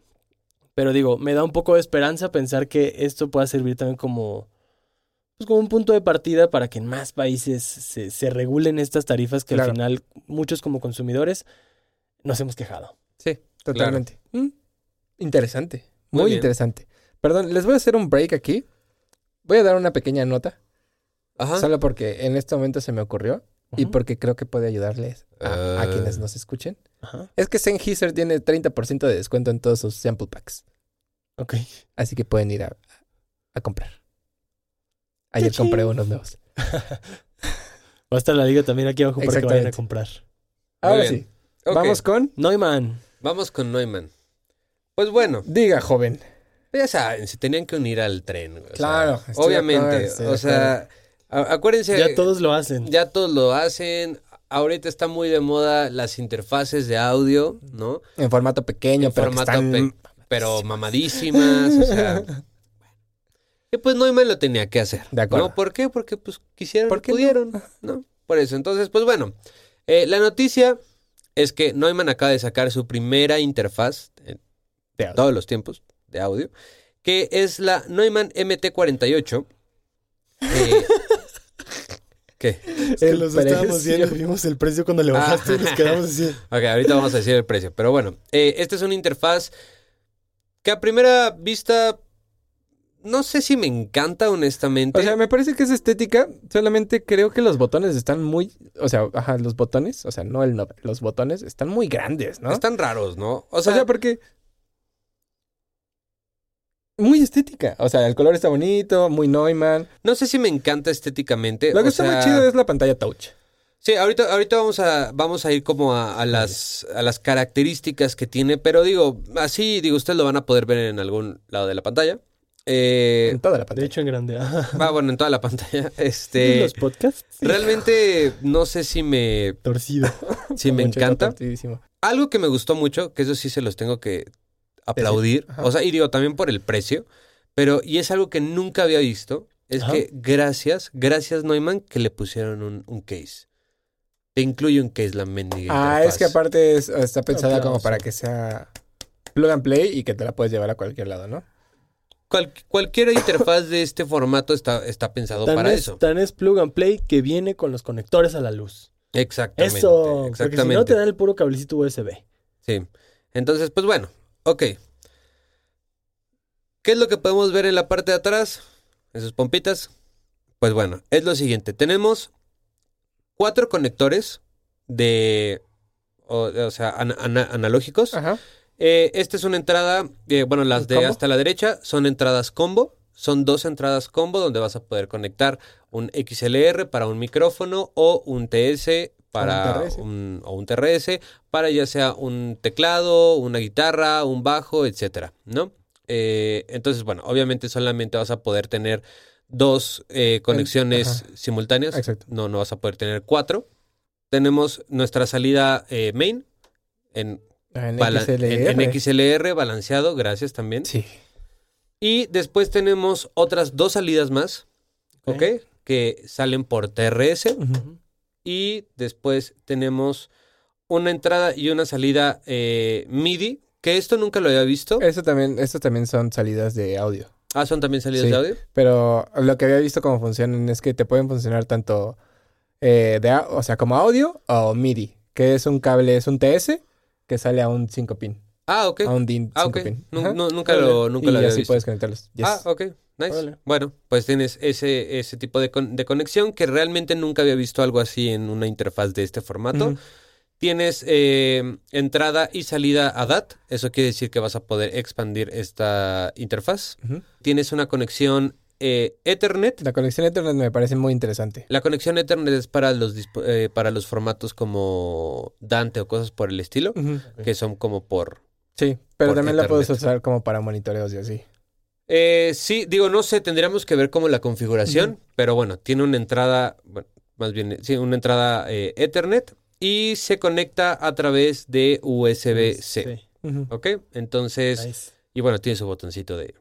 Speaker 3: pero digo, me da un poco de esperanza pensar que esto pueda servir también como, pues, como un punto de partida para que en más países se, se regulen estas tarifas que
Speaker 2: Claro.
Speaker 3: al final muchos como consumidores nos hemos quejado.
Speaker 2: Sí, totalmente. Mm, Interesante,
Speaker 1: Muy
Speaker 2: muy,
Speaker 1: bien.
Speaker 2: interesante. Perdón, les voy a hacer un break aquí. Voy a dar una pequeña nota,
Speaker 1: Ajá.
Speaker 2: solo porque en este momento se me ocurrió y
Speaker 3: Ujú.
Speaker 2: porque creo que puede ayudarles a, a
Speaker 1: Ah.
Speaker 2: quienes nos escuchen.
Speaker 3: Ajá.
Speaker 2: Es que Sennheiser tiene 30% de descuento en todos sus sample packs,
Speaker 3: Ok.
Speaker 2: así que pueden ir a, a comprar. Ayer
Speaker 3: ¡Tachín!
Speaker 2: compré unos nuevos.
Speaker 3: Va a estar la liga también aquí abajo para que vayan a
Speaker 2: Exactamente.
Speaker 3: comprar.
Speaker 1: Muy
Speaker 2: Ahora
Speaker 1: bien.
Speaker 2: sí,
Speaker 1: Ok, Vamos.
Speaker 2: vamos con...
Speaker 3: Neumann.
Speaker 1: con Neumann. Pues bueno,
Speaker 2: Diga, joven.
Speaker 1: ya saben, se tenían que unir al tren. güey, o sea,
Speaker 2: Claro, estoy de
Speaker 1: obviamente.
Speaker 2: acuerdo, estoy de
Speaker 1: o sea, a- acuérdense.
Speaker 3: Ya todos lo hacen.
Speaker 1: Ya todos lo hacen. Ahorita está muy de moda las interfaces de audio, ¿no?
Speaker 2: En formato pequeño,
Speaker 1: En
Speaker 2: pero que
Speaker 1: formato
Speaker 2: están-
Speaker 1: pe- pero mamadísimas, o sea. Y pues Neumann lo tenía que hacer.
Speaker 2: De acuerdo.
Speaker 1: ¿no? ¿Por qué? Porque pues quisieron,
Speaker 2: ¿Por qué no?
Speaker 1: pudieron, no? Por eso. Entonces, pues bueno, eh, la noticia es que Neumann acaba de sacar su primera interfaz en
Speaker 2: de audio.
Speaker 1: todos los tiempos de audio, que es la Neumann MT48. Eh, ¿Qué?
Speaker 3: Es que
Speaker 2: El
Speaker 3: Eh, los estábamos
Speaker 2: precio.
Speaker 3: viendo, vimos el precio cuando le
Speaker 1: Ah.
Speaker 3: bajaste y nos quedamos así.
Speaker 1: Ok, ahorita vamos a decir el precio. Pero bueno, eh, esta es una interfaz que a primera vista no sé si me encanta, honestamente.
Speaker 2: O sea, me parece que es estética, solamente creo que los botones están muy, o sea, ajá, los botones, o sea, no el nombre, los botones están muy grandes, ¿no?
Speaker 1: Están raros, ¿no? O
Speaker 2: o, sea,
Speaker 1: sea,
Speaker 2: porque muy estética, o sea, el color está bonito, muy Neumann.
Speaker 1: no sé si me encanta estéticamente.
Speaker 2: Lo que
Speaker 1: o
Speaker 2: está muy
Speaker 1: sea,
Speaker 2: chido es la pantalla touch.
Speaker 1: Sí, ahorita, ahorita vamos a, vamos a ir como a, a las, a las características que tiene, pero digo, así, digo, ustedes lo van a poder ver en algún lado de la pantalla. Eh,
Speaker 2: En toda la
Speaker 3: De
Speaker 2: pantalla.
Speaker 3: hecho, en grande. ajá.
Speaker 1: va, bueno, en toda la pantalla.
Speaker 3: ¿Y
Speaker 1: Este.
Speaker 3: los podcasts?
Speaker 1: Realmente no sé si me,
Speaker 3: Torcido.
Speaker 1: si me
Speaker 2: Mucho, está
Speaker 1: encanta.
Speaker 2: partidísimo.
Speaker 1: Algo que me gustó mucho, que eso sí se los tengo que aplaudir,
Speaker 2: Ajá.
Speaker 1: o sea, y digo también por el precio, pero y es algo que nunca había visto, es
Speaker 3: Ajá.
Speaker 1: que gracias, gracias Neumann que le pusieron un, un case. Te incluye un case la mendiga.
Speaker 2: Ah, es que
Speaker 1: interfaz.
Speaker 2: aparte es- está pensada
Speaker 3: Aplauso.
Speaker 2: como para que sea plug and play y que te la puedes llevar a cualquier lado, ¿no?
Speaker 1: Cual- cualquier interfaz de este formato está, está pensado
Speaker 3: Tan
Speaker 1: para
Speaker 3: es,
Speaker 1: eso.
Speaker 3: tan es plug and play que viene con los conectores a la luz.
Speaker 1: Exactamente.
Speaker 3: Eso. Porque si
Speaker 1: exactamente.
Speaker 3: no te dan el puro cablecito USB.
Speaker 1: Sí. Entonces, pues bueno, ok. ¿Qué es lo que podemos ver en la parte de atrás? En sus pompitas. Pues bueno, es lo siguiente. Tenemos cuatro conectores de... O, o sea, ana- ana- analógicos.
Speaker 2: Ajá.
Speaker 1: Eh, esta es una entrada, eh, bueno, las de
Speaker 2: ¿Combo?
Speaker 1: hasta la derecha son entradas combo. Son dos entradas combo donde vas a poder conectar un XLR para un micrófono o un TS para
Speaker 2: TRS.
Speaker 1: un, o un TRS para ya sea un teclado, una guitarra, un bajo, etcétera, ¿no? Eh, entonces, bueno, obviamente solamente vas a poder tener dos eh, conexiones simultáneas.
Speaker 2: Exacto.
Speaker 1: No, no vas a poder tener cuatro. Tenemos nuestra salida eh, main en
Speaker 2: Ah, En E
Speaker 1: Bala- En,
Speaker 2: XLR.
Speaker 1: en XLR balanceado, gracias también.
Speaker 2: Sí.
Speaker 1: Y después tenemos otras dos salidas más, ¿ok?
Speaker 3: Ok.
Speaker 1: Que salen por TRS. Y después tenemos una entrada y una salida eh, MIDI, que esto nunca lo había visto.
Speaker 2: Eso también, esto también son salidas de audio.
Speaker 1: Ah, son también salidas
Speaker 2: Sí.
Speaker 1: de audio.
Speaker 2: Pero lo que había visto cómo funcionan es que te pueden funcionar tanto eh, de, au- o sea, como audio o MIDI, que es un cable, es un TS que sale a un 5 pin,
Speaker 1: Ah, ok.
Speaker 2: a un DIN 5
Speaker 1: Ah, ok.
Speaker 2: pin.
Speaker 1: Nu-
Speaker 2: Ajá.
Speaker 1: nu- nunca lo, nunca
Speaker 2: y
Speaker 1: lo había
Speaker 2: así
Speaker 1: visto.
Speaker 2: puedes conectarlos. Yes.
Speaker 1: Ah, ok. Nice.
Speaker 3: Órale.
Speaker 1: Bueno, pues tienes ese, ese tipo de, con- de conexión que realmente nunca había visto algo así en una interfaz de este formato.
Speaker 2: Ujú.
Speaker 1: Tienes eh, entrada y salida a DAT. Eso quiere decir que vas a poder expandir esta interfaz.
Speaker 2: Ujú.
Speaker 1: Tienes una conexión eh, Ethernet.
Speaker 2: La conexión Ethernet me parece muy interesante.
Speaker 1: La conexión Ethernet es para los, dispo- eh, para los formatos como Dante o cosas por el estilo,
Speaker 2: Ujú.
Speaker 1: que son como por
Speaker 2: Sí, pero
Speaker 1: Por
Speaker 2: también la puedes
Speaker 1: internet.
Speaker 2: usar como para monitoreos y así.
Speaker 1: Eh, sí, digo, no sé, tendríamos que ver como la configuración, pero bueno, tiene una entrada, bueno, más bien, sí, una entrada eh, Ethernet y se conecta a través de USB-C.
Speaker 3: Sí.
Speaker 2: Ujú.
Speaker 1: ¿Ok? Entonces,
Speaker 3: Nice.
Speaker 1: y bueno, tiene su botoncito de,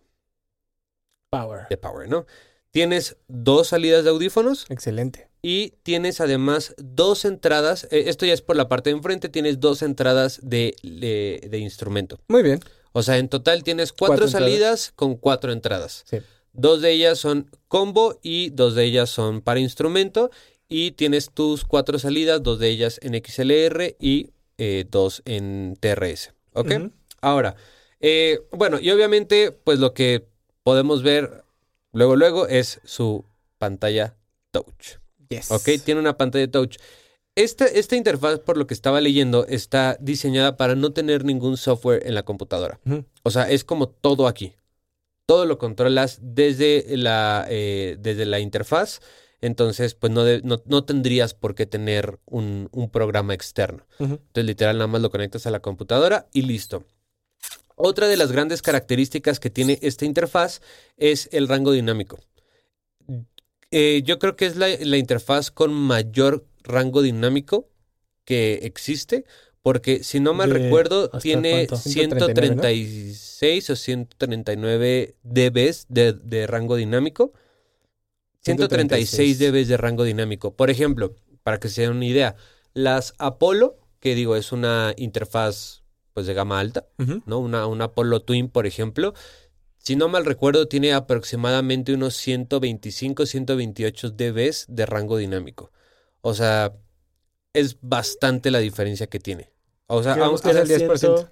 Speaker 3: Power.
Speaker 1: de power, ¿no? Tienes dos salidas de audífonos
Speaker 2: Excelente.
Speaker 1: y tienes además dos entradas. eh, esto ya es por la parte de enfrente, tienes dos entradas de, de- de instrumento.
Speaker 2: Muy bien.
Speaker 1: O sea, en total tienes cuatro,
Speaker 2: Cuatro entradas.
Speaker 1: salidas con cuatro entradas.
Speaker 2: Sí.
Speaker 1: Dos de ellas son combo y dos de ellas son para instrumento. Y tienes tus cuatro salidas, dos de ellas en XLR y eh, dos en TRS. ¿Ok?
Speaker 2: Ujú.
Speaker 1: Ahora, eh, bueno, y obviamente, pues lo que podemos ver luego, luego es su pantalla touch.
Speaker 2: Yes.
Speaker 1: Ok, tiene una pantalla touch. Esta, esta interfaz, por lo que estaba leyendo, está diseñada para no tener ningún software en la computadora.
Speaker 2: Ujú.
Speaker 1: O sea, es como todo aquí. Todo lo controlas desde la, eh, desde la interfaz. Entonces, pues no, de- no, no tendrías por qué tener un, un programa externo.
Speaker 2: Ujú.
Speaker 1: Entonces, literal, nada más lo conectas a la computadora y listo. Otra de las grandes características que tiene esta interfaz es el rango dinámico. Eh, yo creo que es la, la interfaz con mayor rango dinámico que existe, porque si no mal
Speaker 3: De-
Speaker 1: recuerdo,
Speaker 3: ¿hasta
Speaker 1: tiene
Speaker 3: cuánto?
Speaker 1: 136 o 139 dBs de, de rango dinámico. 136 dBs de rango dinámico. Por ejemplo, para que se den una idea, las Apollo, que digo, es una interfaz pues de gama alta,
Speaker 2: Ujú.
Speaker 1: ¿no? Una, una Apollo Twin, por ejemplo. Si no mal recuerdo, tiene aproximadamente unos 125, 128 dBs de rango dinámico. O sea, es bastante la diferencia que tiene. O sea,
Speaker 3: Digamos
Speaker 1: aunque
Speaker 3: que
Speaker 2: es
Speaker 3: era
Speaker 2: el 10%.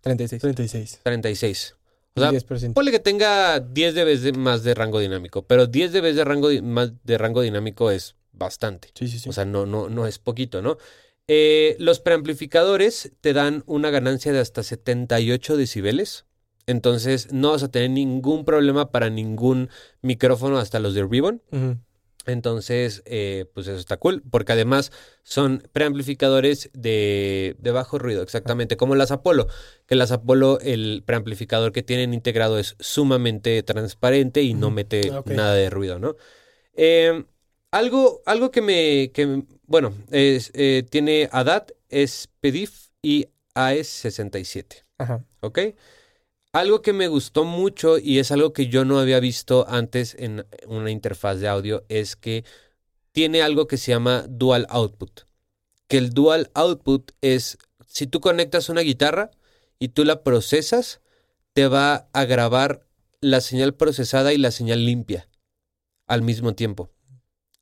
Speaker 2: 36.
Speaker 3: 136.
Speaker 1: 36. O sea,
Speaker 2: 10%.
Speaker 1: Ponle que tenga 10 dBs de- más de rango dinámico, pero 10 dBs de rango, di- más de rango dinámico es bastante.
Speaker 3: Sí, sí, sí.
Speaker 1: O sea, no, no, no es poquito, ¿no? Eh, los preamplificadores te dan una ganancia de hasta 78 decibeles. Entonces no vas a tener ningún problema para ningún micrófono hasta los de Ribbon.
Speaker 2: Ujú.
Speaker 1: Entonces, eh, pues eso está cool, porque además son preamplificadores de, de bajo ruido, exactamente, como las Apollo, que las Apollo, el preamplificador que tienen integrado es sumamente transparente y no
Speaker 2: Ujú.
Speaker 1: mete
Speaker 3: Ah, ok.
Speaker 1: nada de ruido, ¿no? Eh, algo, algo que me, que, bueno, es, eh, tiene ADAT, es PDIF y AES67.
Speaker 2: Ajá.
Speaker 1: ¿ok? Algo que me gustó mucho y es algo que yo no había visto antes en una interfaz de audio es que tiene algo que se llama dual output. Que el dual output es si tú conectas una guitarra y tú la procesas, te va a grabar la señal procesada y la señal limpia al mismo tiempo.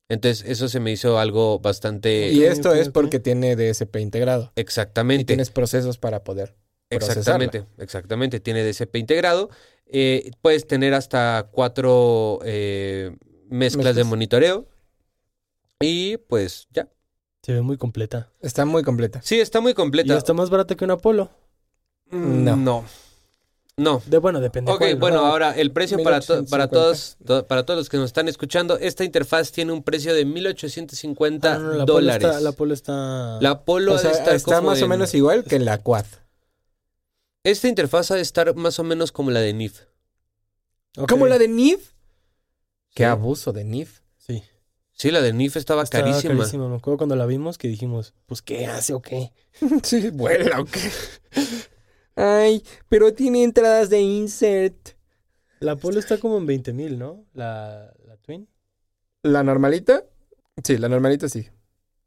Speaker 1: Entonces, eso se me hizo algo bastante
Speaker 2: Y esto
Speaker 3: ok,
Speaker 2: es
Speaker 3: ok.
Speaker 2: porque tiene DSP integrado. Y
Speaker 1: exactamente.
Speaker 2: tienes procesos para poder. procesarla.
Speaker 1: Exactamente, exactamente. Tiene DSP integrado. Eh, puedes tener hasta cuatro eh, mezclas, de
Speaker 2: Mezclas.
Speaker 1: monitoreo. Y pues ya.
Speaker 3: Se ve muy completa.
Speaker 2: Está muy completa.
Speaker 1: Sí, está muy
Speaker 3: Y
Speaker 1: completa.
Speaker 3: está más barata que un Apolo.
Speaker 1: Mm,
Speaker 2: No.
Speaker 1: No. No.
Speaker 3: De, bueno, depende.
Speaker 1: Ok,
Speaker 3: cuál, ¿no?
Speaker 1: bueno, ahora el precio para, to- para
Speaker 2: 1850.
Speaker 1: todos to- para todos los que nos están escuchando, esta interfaz tiene un precio de 1850
Speaker 3: Ah, no, no, la Apolo
Speaker 1: dólares.
Speaker 3: está- la Apolo está.
Speaker 1: la Polo
Speaker 2: O sea, está más o menos igual que la Quad.
Speaker 1: Esta interfaz ha de estar más o menos como la de NIF.
Speaker 3: Ok.
Speaker 2: ¿Como la de NIF? Qué
Speaker 3: Sí.
Speaker 2: abuso de NIF.
Speaker 3: Sí.
Speaker 1: Sí, la de NIF estaba
Speaker 3: Está
Speaker 1: carísima.
Speaker 3: carísima. Me acuerdo cuando la vimos que dijimos, pues, ¿qué hace o qué?
Speaker 2: sí, vuela, ok. Ay, pero tiene entradas de insert.
Speaker 3: La Apolo está como en 20 mil, ¿no? La, la Twin.
Speaker 2: ¿La normalita? Sí, la normalita sí.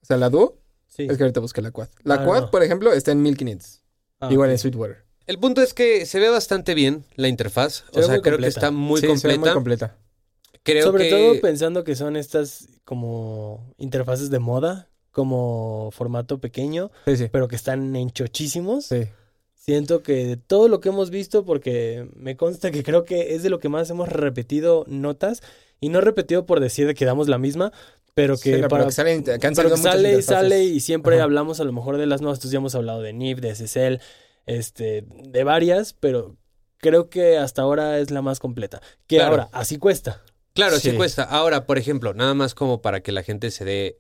Speaker 2: O sea, la Duo,
Speaker 3: Sí.
Speaker 2: es que ahorita busqué la Quad. La
Speaker 3: Ah,
Speaker 2: Quad,
Speaker 3: no.
Speaker 2: por ejemplo, está en 1500.
Speaker 3: Ah,
Speaker 2: Igual
Speaker 3: ok.
Speaker 2: en Sweetwater.
Speaker 1: El punto es que se ve bastante bien la interfaz.
Speaker 3: Se
Speaker 1: o
Speaker 3: ve
Speaker 1: sea,
Speaker 3: muy
Speaker 1: creo que
Speaker 3: completa.
Speaker 1: está muy
Speaker 2: Sí, se ve
Speaker 1: completa.
Speaker 2: muy completa.
Speaker 1: creo
Speaker 3: Sobre
Speaker 1: que...
Speaker 3: todo pues, pensando que son estas como interfaces de moda, como formato pequeño,
Speaker 2: Sí, sí.
Speaker 3: pero que están enchochísimos.
Speaker 2: Sí.
Speaker 3: Siento que de todo lo que hemos visto, porque me consta que creo que es de lo que más hemos repetido notas, y no repetido por decir de que damos la misma, pero que,
Speaker 2: Sí, no, pero
Speaker 3: para,
Speaker 2: que sale, que han
Speaker 3: pero
Speaker 2: salido
Speaker 3: que
Speaker 2: muchas
Speaker 3: sale y
Speaker 2: interfaces.
Speaker 3: sale y siempre
Speaker 2: Ajá.
Speaker 3: hablamos a lo mejor de las nuevas. Entonces ya hemos hablado de NIF, de SSL, este, de varias, pero creo que hasta ahora es la más completa. Que
Speaker 1: Claro.
Speaker 3: ahora, así cuesta.
Speaker 1: Claro, sí.
Speaker 2: Sí.
Speaker 1: cuesta. Ahora, por ejemplo, nada más como para que la gente se dé...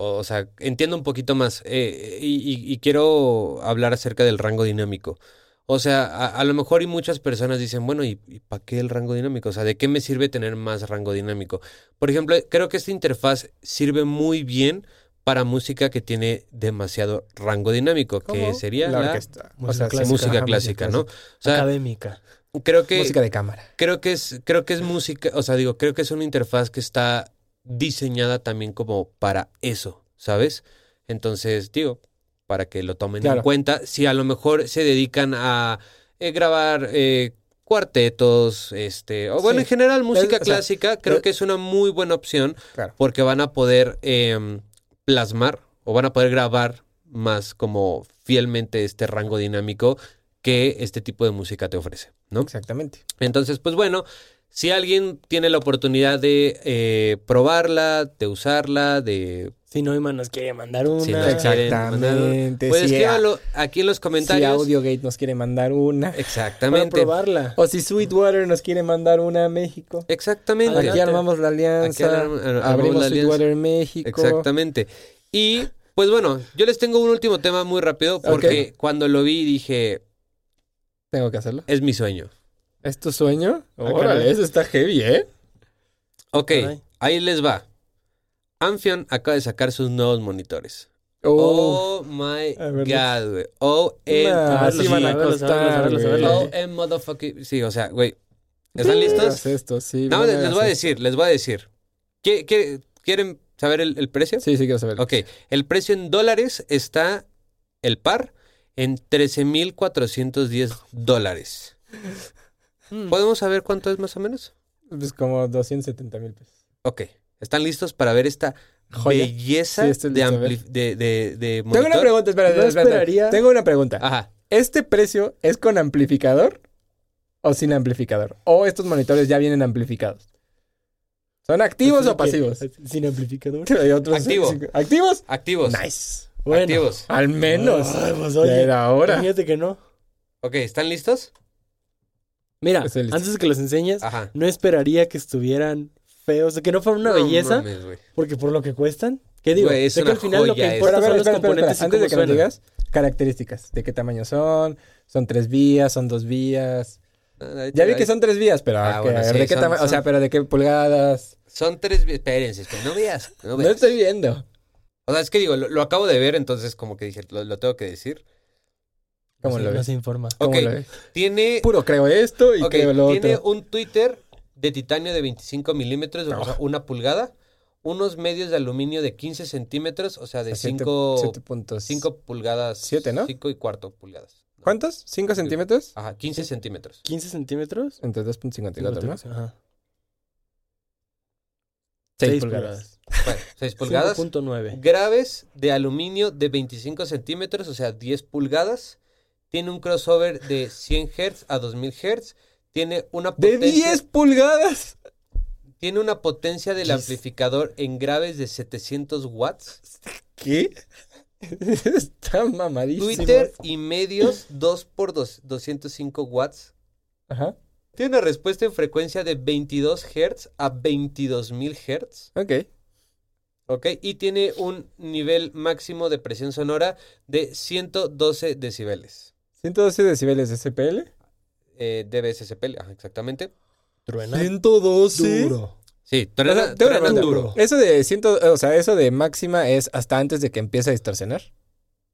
Speaker 1: O sea, entienda un poquito más. eh, y, y- y quiero hablar acerca del rango dinámico. O sea, a, a lo mejor y muchas personas dicen, bueno, ¿y, y para qué el rango dinámico? O sea, ¿de qué me sirve tener más rango dinámico? Por ejemplo, creo que esta interfaz sirve muy bien para música que tiene demasiado rango dinámico, que
Speaker 2: ¿Cómo?
Speaker 1: sería
Speaker 2: la
Speaker 1: la,
Speaker 2: orquesta.
Speaker 3: música
Speaker 2: o sea,
Speaker 3: clásica.
Speaker 1: música
Speaker 3: Ajá,
Speaker 1: clásica, ¿no? O sea,
Speaker 3: académica.
Speaker 1: creo que
Speaker 2: música de cámara.
Speaker 1: creo que es, creo que es música, o sea, digo, creo que es una interfaz que está diseñada también como para eso, ¿sabes? Entonces, digo, para que lo tomen
Speaker 2: Claro.
Speaker 1: en cuenta, si a lo mejor se dedican a eh, grabar eh, cuartetos, este, o bueno,
Speaker 2: Sí.
Speaker 1: en general música
Speaker 2: o sea,
Speaker 1: clásica, creo
Speaker 2: pero-
Speaker 1: que es una muy buena opción
Speaker 2: Claro.
Speaker 1: porque van a poder eh, plasmar o van a poder grabar más como fielmente este rango dinámico que este tipo de música te ofrece, ¿no?
Speaker 2: Exactamente.
Speaker 1: Entonces, pues bueno, si alguien tiene la oportunidad de eh, probarla, de usarla, de...
Speaker 3: Si Neumann nos quiere mandar una.
Speaker 1: Si nos
Speaker 2: Exacto.
Speaker 1: quieren mandar una,
Speaker 2: Exactamente,
Speaker 1: Pues
Speaker 2: sí,
Speaker 1: escríbalo aquí en los
Speaker 2: Si
Speaker 1: comentarios.
Speaker 2: AudioGate nos quiere mandar una.
Speaker 3: Para
Speaker 1: Exactamente.
Speaker 3: probarla.
Speaker 2: O si Sweetwater nos quiere mandar una a México.
Speaker 1: Exactamente.
Speaker 2: Aquí
Speaker 3: Adelante.
Speaker 2: armamos la
Speaker 1: Aquí
Speaker 2: alianza.
Speaker 1: arm- armamos
Speaker 2: abrimos
Speaker 1: la alianza.
Speaker 2: Sweetwater México.
Speaker 1: Exactamente. Y pues bueno, yo les tengo un último tema muy rápido porque
Speaker 2: Ok.
Speaker 1: cuando lo vi dije,
Speaker 2: Tengo que hacerlo.
Speaker 1: es mi sueño.
Speaker 2: ¿Es tu sueño?
Speaker 3: caray.
Speaker 2: Órale, eso está heavy, ¿eh?
Speaker 1: Ok,
Speaker 3: Caray.
Speaker 1: ahí les va. Anfion acaba de sacar sus nuevos monitores. Oh,
Speaker 2: Oh,
Speaker 1: eh, ah, my
Speaker 3: A ver,
Speaker 1: God, güey. Oh, OMG.
Speaker 2: Nah,
Speaker 3: verlos,
Speaker 2: Ah, sí van
Speaker 3: a
Speaker 2: a
Speaker 3: verlos, a verlos, a
Speaker 2: costar,
Speaker 3: verlos, a
Speaker 2: güey.
Speaker 3: verlos.
Speaker 1: Oh, eh, motherfucking- Sí, o sea, güey. ¿Están
Speaker 2: no
Speaker 1: listos?
Speaker 2: hagas esto, sí,
Speaker 1: No,
Speaker 2: no
Speaker 1: les, les
Speaker 2: hagas
Speaker 1: voy a
Speaker 2: esto.
Speaker 1: decir, les voy a decir. ¿Qué- qué- ¿Quieren saber el, el precio?
Speaker 2: Sí, sí, quiero saber.
Speaker 1: Ok, el precio en dólares está el par en 13,410 dólares.
Speaker 3: Mm.
Speaker 1: ¿Podemos saber cuánto es más o menos?
Speaker 2: Pues como 270 mil pesos.
Speaker 1: Ok, ¿están listos para ver esta
Speaker 2: Joya.
Speaker 1: belleza
Speaker 2: Sí, estoy
Speaker 1: de,
Speaker 2: listo, a ver.
Speaker 1: ampli- de, de, de
Speaker 2: Tengo una
Speaker 1: monitor?
Speaker 2: pregunta, espera,
Speaker 3: No
Speaker 2: espera, espera.
Speaker 3: esperaría-
Speaker 2: Tengo una pregunta.
Speaker 1: Ajá.
Speaker 2: ¿Este precio es con amplificador o sin amplificador? ¿O estos monitores ya vienen amplificados? ¿Son activos
Speaker 3: Así
Speaker 2: o
Speaker 3: Pues que-
Speaker 2: pasivos?
Speaker 3: Sin amplificador.
Speaker 2: Hay otros-
Speaker 1: Activo.
Speaker 2: ¿Activos?
Speaker 1: Activos.
Speaker 2: Nice.
Speaker 3: Bueno.
Speaker 1: Activos.
Speaker 2: Al menos.
Speaker 3: Ay, pues, oye,
Speaker 2: Ya era hora.
Speaker 3: Fíjate que no.
Speaker 1: Ok, ¿están listos?
Speaker 3: Mira,
Speaker 2: Estoy listo.
Speaker 3: antes de que los enseñes,
Speaker 2: Ah.
Speaker 1: Ajá.
Speaker 3: no esperaría que estuvieran feos, de que no fuera una
Speaker 1: No
Speaker 3: belleza,
Speaker 1: mames, güey.
Speaker 3: porque por lo que cuestan, ¿qué digo?
Speaker 1: Güey, es
Speaker 3: sé que
Speaker 1: una
Speaker 3: al final lo
Speaker 1: joya
Speaker 3: que
Speaker 1: eso.
Speaker 2: Pero
Speaker 3: importa
Speaker 2: a ver,
Speaker 3: son los
Speaker 2: espera, espera, espera.
Speaker 3: componentes y
Speaker 2: Antes de
Speaker 3: cómo
Speaker 2: que nos
Speaker 3: suenan.
Speaker 2: digas, características. ¿De qué tamaño son? ¿Son tres vías? ¿Son dos vías? Ya vi que son tres vías, pero
Speaker 1: Ah,
Speaker 2: a
Speaker 1: bueno,
Speaker 2: ver,
Speaker 1: sí,
Speaker 2: ¿de qué
Speaker 1: son-
Speaker 2: tamaño? O
Speaker 1: son-
Speaker 2: sea, pero ¿de qué pulgadas?
Speaker 1: Son tres. vi- Espérense, es que no veas. No
Speaker 2: No
Speaker 1: veas.
Speaker 2: estoy viendo.
Speaker 1: O sea, es que digo, lo, lo acabo de ver, entonces como que dije, lo, lo tengo que decir.
Speaker 2: ¿Cómo
Speaker 3: Sí,
Speaker 2: lo
Speaker 3: no
Speaker 2: ves?
Speaker 3: se informa.
Speaker 2: ¿Cómo
Speaker 1: Ok.
Speaker 2: lo ves?
Speaker 1: Tiene,
Speaker 2: Puro creo esto y
Speaker 1: ok,
Speaker 2: creo lo
Speaker 1: tiene
Speaker 2: otro.
Speaker 1: un Twitter de titanio de 25 milímetros, o sea, una pulgada. Unos medios de aluminio de 15 centímetros, o sea, de 5
Speaker 2: 7 puntos.
Speaker 1: pulgadas.
Speaker 2: pues, Siete, ¿no?
Speaker 1: 5 y cuarto pulgadas. No.
Speaker 2: ¿Cuántos? ¿5 centímetros?
Speaker 1: Ajá, 15 centímetros.
Speaker 3: 15 centímetros.
Speaker 2: Entre 2.54, ¿no? 6
Speaker 3: Ajá. Seis
Speaker 2: pulgadas.
Speaker 1: Bueno, 6 pulgadas.
Speaker 3: 5.9.
Speaker 1: Graves de aluminio de 25 centímetros, o sea, 10 pulgadas. Tiene un crossover de 100 Hz a 2000 Hz. Tiene una
Speaker 2: ¡De
Speaker 1: potencia,
Speaker 2: 10 pulgadas!
Speaker 1: tiene una potencia del
Speaker 2: Yes.
Speaker 1: amplificador en graves de 700 watts.
Speaker 2: ¿Qué? Está mamadísimo.
Speaker 1: Twitter y medios 2 por 2 205 watts.
Speaker 2: Ajá.
Speaker 1: Tiene una respuesta en frecuencia de 22 Hz a 22.000 Hz.
Speaker 2: Ok.
Speaker 1: ¿Ok? Y tiene un nivel máximo de presión sonora de 112 decibeles.
Speaker 2: 112 decibeles de CPL.
Speaker 1: Eh, DBSSPL, ajá, exactamente.
Speaker 3: Truena.
Speaker 2: 112.
Speaker 3: Duro.
Speaker 1: Sí,
Speaker 2: O
Speaker 1: truena,
Speaker 2: sea, tengo una
Speaker 1: truena
Speaker 2: pregunta.
Speaker 1: duro.
Speaker 2: Eso de ciento, o sea, eso de máxima es hasta antes de que empiece a distorsionar.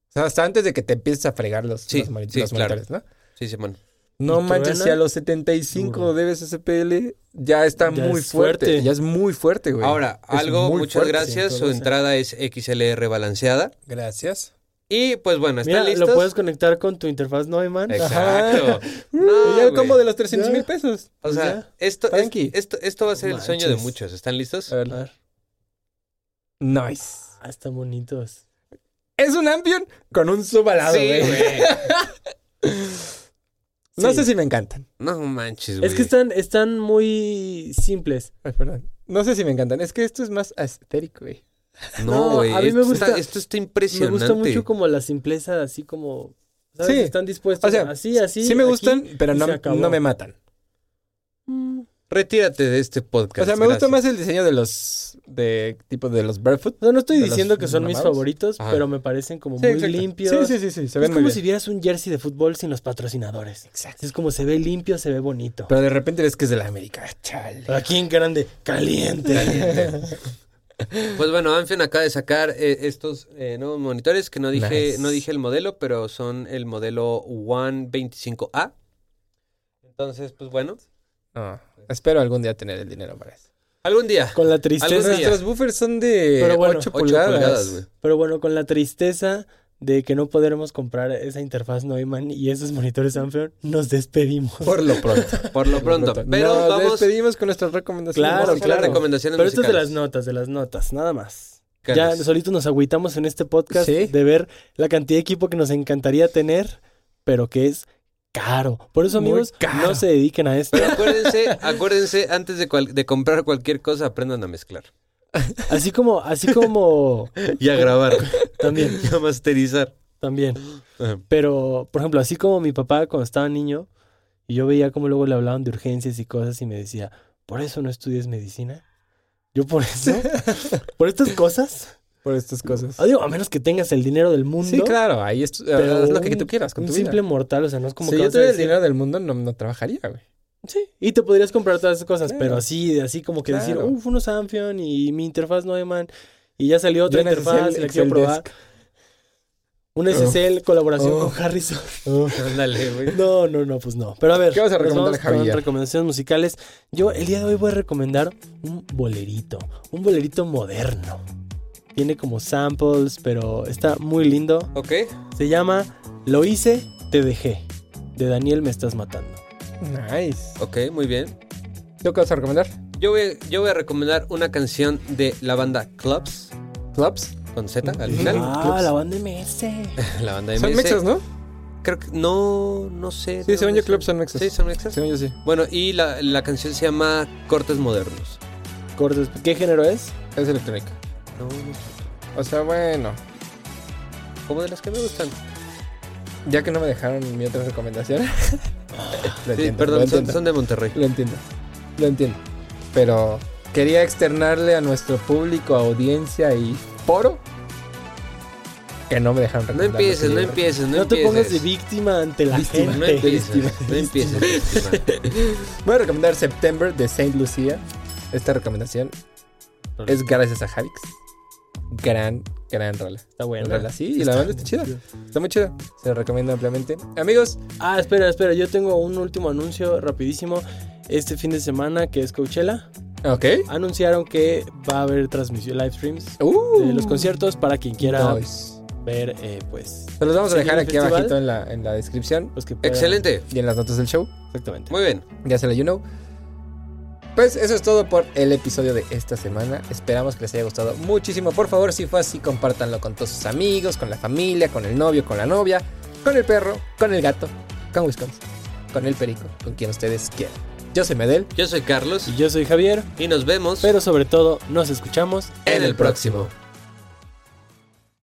Speaker 2: O sea, hasta antes de que te empieces a fregar los,
Speaker 1: Sí,
Speaker 2: los moni-
Speaker 1: sí,
Speaker 2: los
Speaker 1: claro.
Speaker 2: monitores, ¿no?
Speaker 1: Sí, Simón.
Speaker 2: No
Speaker 3: ¿Y
Speaker 2: manches,
Speaker 3: truena?
Speaker 2: si a los 75
Speaker 3: Duro.
Speaker 2: debes SPL, ya está
Speaker 3: Ya
Speaker 2: muy
Speaker 3: es
Speaker 2: fuerte.
Speaker 3: fuerte.
Speaker 2: Ya es muy fuerte, güey.
Speaker 1: Ahora,
Speaker 2: es
Speaker 1: algo,
Speaker 2: muy
Speaker 1: muchas
Speaker 2: fuerte, ¿eh?
Speaker 1: gracias. Su
Speaker 3: 112.
Speaker 1: entrada es XLR balanceada.
Speaker 2: Gracias.
Speaker 1: Y pues bueno,
Speaker 3: Mira,
Speaker 1: ¿están
Speaker 3: lo
Speaker 1: listos?
Speaker 3: puedes conectar con tu interfaz Neumann.
Speaker 1: Exacto.
Speaker 2: y ya
Speaker 1: No,
Speaker 2: el combo de
Speaker 1: Ah, güey.
Speaker 2: los 300 mil pesos. Pues
Speaker 1: O sea, esto, es-
Speaker 2: tranqui.
Speaker 1: esto, esto va a ser el sueño de
Speaker 3: Manches.
Speaker 1: muchos. ¿Están listos?
Speaker 2: A ver.
Speaker 3: A ver.
Speaker 2: Nice.
Speaker 3: Ah, están bonitos.
Speaker 2: Es un Ampion con un subalado,
Speaker 1: Sí,
Speaker 2: güey.
Speaker 1: güey.
Speaker 2: No
Speaker 3: Sí.
Speaker 2: sé si me encantan.
Speaker 1: No manches, güey.
Speaker 3: Es que están, están muy simples.
Speaker 2: Ay, perdón. No sé si me encantan. Es que esto es más estético, güey.
Speaker 1: No,
Speaker 3: No,
Speaker 1: güey.
Speaker 3: a mí me
Speaker 1: esto
Speaker 3: gusta-
Speaker 1: está- esto está
Speaker 3: Me
Speaker 1: impresionante.
Speaker 3: gusta mucho como la simpleza, así como. ¿sabes?
Speaker 2: Sí.
Speaker 3: Están dispuestos.
Speaker 2: O sea,
Speaker 3: así, así.
Speaker 2: Sí me
Speaker 3: aquí.
Speaker 2: gustan, pero
Speaker 3: y
Speaker 2: no,
Speaker 3: se acabó.
Speaker 2: no me matan.
Speaker 3: Mm,
Speaker 1: Retírate de este podcast.
Speaker 2: O sea, me gusta
Speaker 1: gracias.
Speaker 2: más el diseño de los. de tipo de los barefoot.
Speaker 3: O sea, no estoy
Speaker 2: De los
Speaker 3: diciendo que son mis
Speaker 2: mamados.
Speaker 3: favoritos,
Speaker 1: Ajá.
Speaker 3: pero me parecen como
Speaker 2: Sí,
Speaker 3: muy
Speaker 2: exacto.
Speaker 3: limpios.
Speaker 2: Sí, sí, sí, sí, se
Speaker 3: es
Speaker 2: ven muy
Speaker 3: como
Speaker 2: bien.
Speaker 3: si vieras un jersey de fútbol sin los patrocinadores.
Speaker 2: Exacto.
Speaker 3: Es como se ve limpio, se ve bonito.
Speaker 2: Pero de repente ves que es de la América. Chale.
Speaker 3: Aquí en grande, caliente.
Speaker 1: Pues bueno, Anfion acaba de sacar eh, estos eh, nuevos monitores que no dije,
Speaker 2: Nice.
Speaker 1: no dije el modelo, pero son el modelo One 25A. Entonces, pues bueno,
Speaker 2: No, espero algún día tener el dinero para eso.
Speaker 1: algún día.
Speaker 3: Con la
Speaker 1: Algo
Speaker 3: tristeza.
Speaker 1: así.
Speaker 2: Nuestros buffers son de
Speaker 3: Pero bueno,
Speaker 2: 8
Speaker 1: ocho
Speaker 2: pulgadas.
Speaker 1: pulgadas, güey.
Speaker 3: Pero bueno, con la tristeza de que no podremos comprar esa interfaz Neumann y esos monitores Anfield, nos despedimos.
Speaker 2: Por lo pronto.
Speaker 1: Por lo pronto. Pero
Speaker 2: Nos
Speaker 1: vamos,
Speaker 2: despedimos con nuestras recomendaciones.
Speaker 3: Claro,
Speaker 1: vamos a
Speaker 3: claro.
Speaker 1: las recomendaciones
Speaker 3: Pero esto es de las
Speaker 1: musicales.
Speaker 3: notas, de las notas, nada más. Ya
Speaker 1: Musicales.
Speaker 3: solitos nos agüitamos en este podcast
Speaker 2: Sí.
Speaker 3: de ver la cantidad de equipo que nos encantaría tener, pero que es caro. Por eso,
Speaker 2: Muy
Speaker 3: amigos,
Speaker 2: caro.
Speaker 3: no se dediquen a esto.
Speaker 1: Pero acuérdense, acuérdense, antes de, cual- de comprar cualquier cosa, aprendan a mezclar.
Speaker 3: Así como, así como
Speaker 1: Y a grabar.
Speaker 3: también,
Speaker 1: y a masterizar.
Speaker 3: también.
Speaker 1: Ajá.
Speaker 3: Pero, por ejemplo, así como mi papá cuando estaba niño, y yo veía cómo luego le hablaban de urgencias y cosas, y me decía, ¿por eso no estudias medicina? Yo por eso, por estas cosas.
Speaker 2: Por estas cosas.
Speaker 3: Ah, digo, a menos que tengas el dinero del mundo.
Speaker 2: Sí, claro. Ahí es,
Speaker 3: Pero
Speaker 2: es lo que
Speaker 3: un-
Speaker 2: tú quieras con
Speaker 3: un
Speaker 2: tu
Speaker 3: simple
Speaker 2: vida.
Speaker 3: mortal, o sea, no es como
Speaker 2: si
Speaker 3: que
Speaker 2: yo
Speaker 3: vas a
Speaker 2: tuviera el
Speaker 3: decir-
Speaker 2: dinero del mundo, no, no trabajaría, güey.
Speaker 3: Sí, y te podrías comprar todas esas cosas,
Speaker 2: Claro.
Speaker 3: pero así, así como que decir,
Speaker 2: Claro.
Speaker 3: uff, unos Amphion y mi interfaz Neumann, y ya salió otra
Speaker 2: Yo necesito
Speaker 3: interfaz
Speaker 2: el
Speaker 3: y la quiero
Speaker 2: Excel
Speaker 3: probar. Un SSL, colaboración
Speaker 2: Oh.
Speaker 3: con Harrison.
Speaker 1: Ándale, güey.
Speaker 3: No, no, no, pues no. Pero a ver,
Speaker 2: ¿Qué vas a
Speaker 3: nos
Speaker 2: recomendar,
Speaker 3: vamos con
Speaker 2: Javier?
Speaker 3: recomendaciones musicales. Yo el día de hoy voy a recomendar un bolerito, un bolerito moderno. Tiene como samples, pero está muy lindo.
Speaker 1: Ok.
Speaker 3: Se llama Lo hice, te dejé. De Daniel me estás matando.
Speaker 2: Nice.
Speaker 1: Ok, muy bien.
Speaker 2: ¿Tú qué vas a recomendar?
Speaker 1: Yo voy, yo voy a recomendar una canción de la banda Clubs,
Speaker 2: Clubs.
Speaker 1: con Z al
Speaker 2: Ujú. Ah.
Speaker 1: final.
Speaker 3: Ah, la banda MS.
Speaker 1: La banda de
Speaker 2: Son
Speaker 1: MS.
Speaker 2: mexas, ¿no?
Speaker 1: Creo que no, no sé.
Speaker 2: Sí,
Speaker 1: de
Speaker 2: según
Speaker 1: dónde
Speaker 2: yo, Clubs son mexas.
Speaker 1: Sí, son mexas.
Speaker 2: Según yo, sí.
Speaker 1: Bueno, y la, la canción se llama Cortes Modernos.
Speaker 3: Cortes. ¿Qué género es?
Speaker 2: Es electrónica.
Speaker 1: No, no sé.
Speaker 2: O sea, bueno.
Speaker 1: Como de las que me gustan.
Speaker 2: Ya que no me dejaron mi otra recomendación. lo
Speaker 1: Sí,
Speaker 2: entiendo, lo
Speaker 1: perdón, son,
Speaker 2: entiendo.
Speaker 1: son de Monterrey.
Speaker 2: Lo entiendo. Lo entiendo. Pero quería externarle a nuestro público, audiencia y foro que no me dejaron
Speaker 1: No
Speaker 2: recomendar lo que
Speaker 1: empieces,
Speaker 2: yo
Speaker 1: no
Speaker 2: iba a
Speaker 1: empieces, no,
Speaker 3: No, te pongas de
Speaker 1: empieces.
Speaker 3: víctima ante la
Speaker 2: Víctima,
Speaker 1: No
Speaker 3: gente.
Speaker 1: empieces, no empieces. víctima.
Speaker 2: Voy a recomendar September de Saint Lucia. Esta recomendación es gracias a Javix. Gran, gran rola.
Speaker 3: Está bueno.
Speaker 2: Rola, sí, y la banda está chida. Está muy chida. Se la recomiendo ampliamente. Amigos,
Speaker 3: Ah, espera, espera. Yo tengo un último anuncio rapidísimo. Este fin de semana, que es Coachella,
Speaker 2: ok.
Speaker 3: anunciaron que va a haber transmisión live streams
Speaker 2: Uh,
Speaker 3: de los conciertos para quien quiera
Speaker 2: nice.
Speaker 3: ver, eh, pues,
Speaker 2: Se los vamos a
Speaker 3: Seguir
Speaker 2: dejar
Speaker 3: el
Speaker 2: aquí
Speaker 3: festival.
Speaker 2: abajito en la, en la descripción
Speaker 3: los que puedan.
Speaker 1: Excelente,
Speaker 2: y en las notas del show.
Speaker 3: Exactamente.
Speaker 1: muy bien.
Speaker 2: Ya se la you know. Pues eso es todo por el episodio de esta semana. Esperamos que les haya gustado muchísimo. Por favor, si fue así, compártanlo con todos sus amigos, con la familia, con el novio, con la novia, con el perro, con el gato, con Wisconsin, con el perico, con quien ustedes quieran. Yo soy Medel.
Speaker 1: Yo soy Carlos
Speaker 3: Y yo soy Javier,
Speaker 1: y nos vemos
Speaker 3: pero sobre todo nos escuchamos
Speaker 1: en el próximo.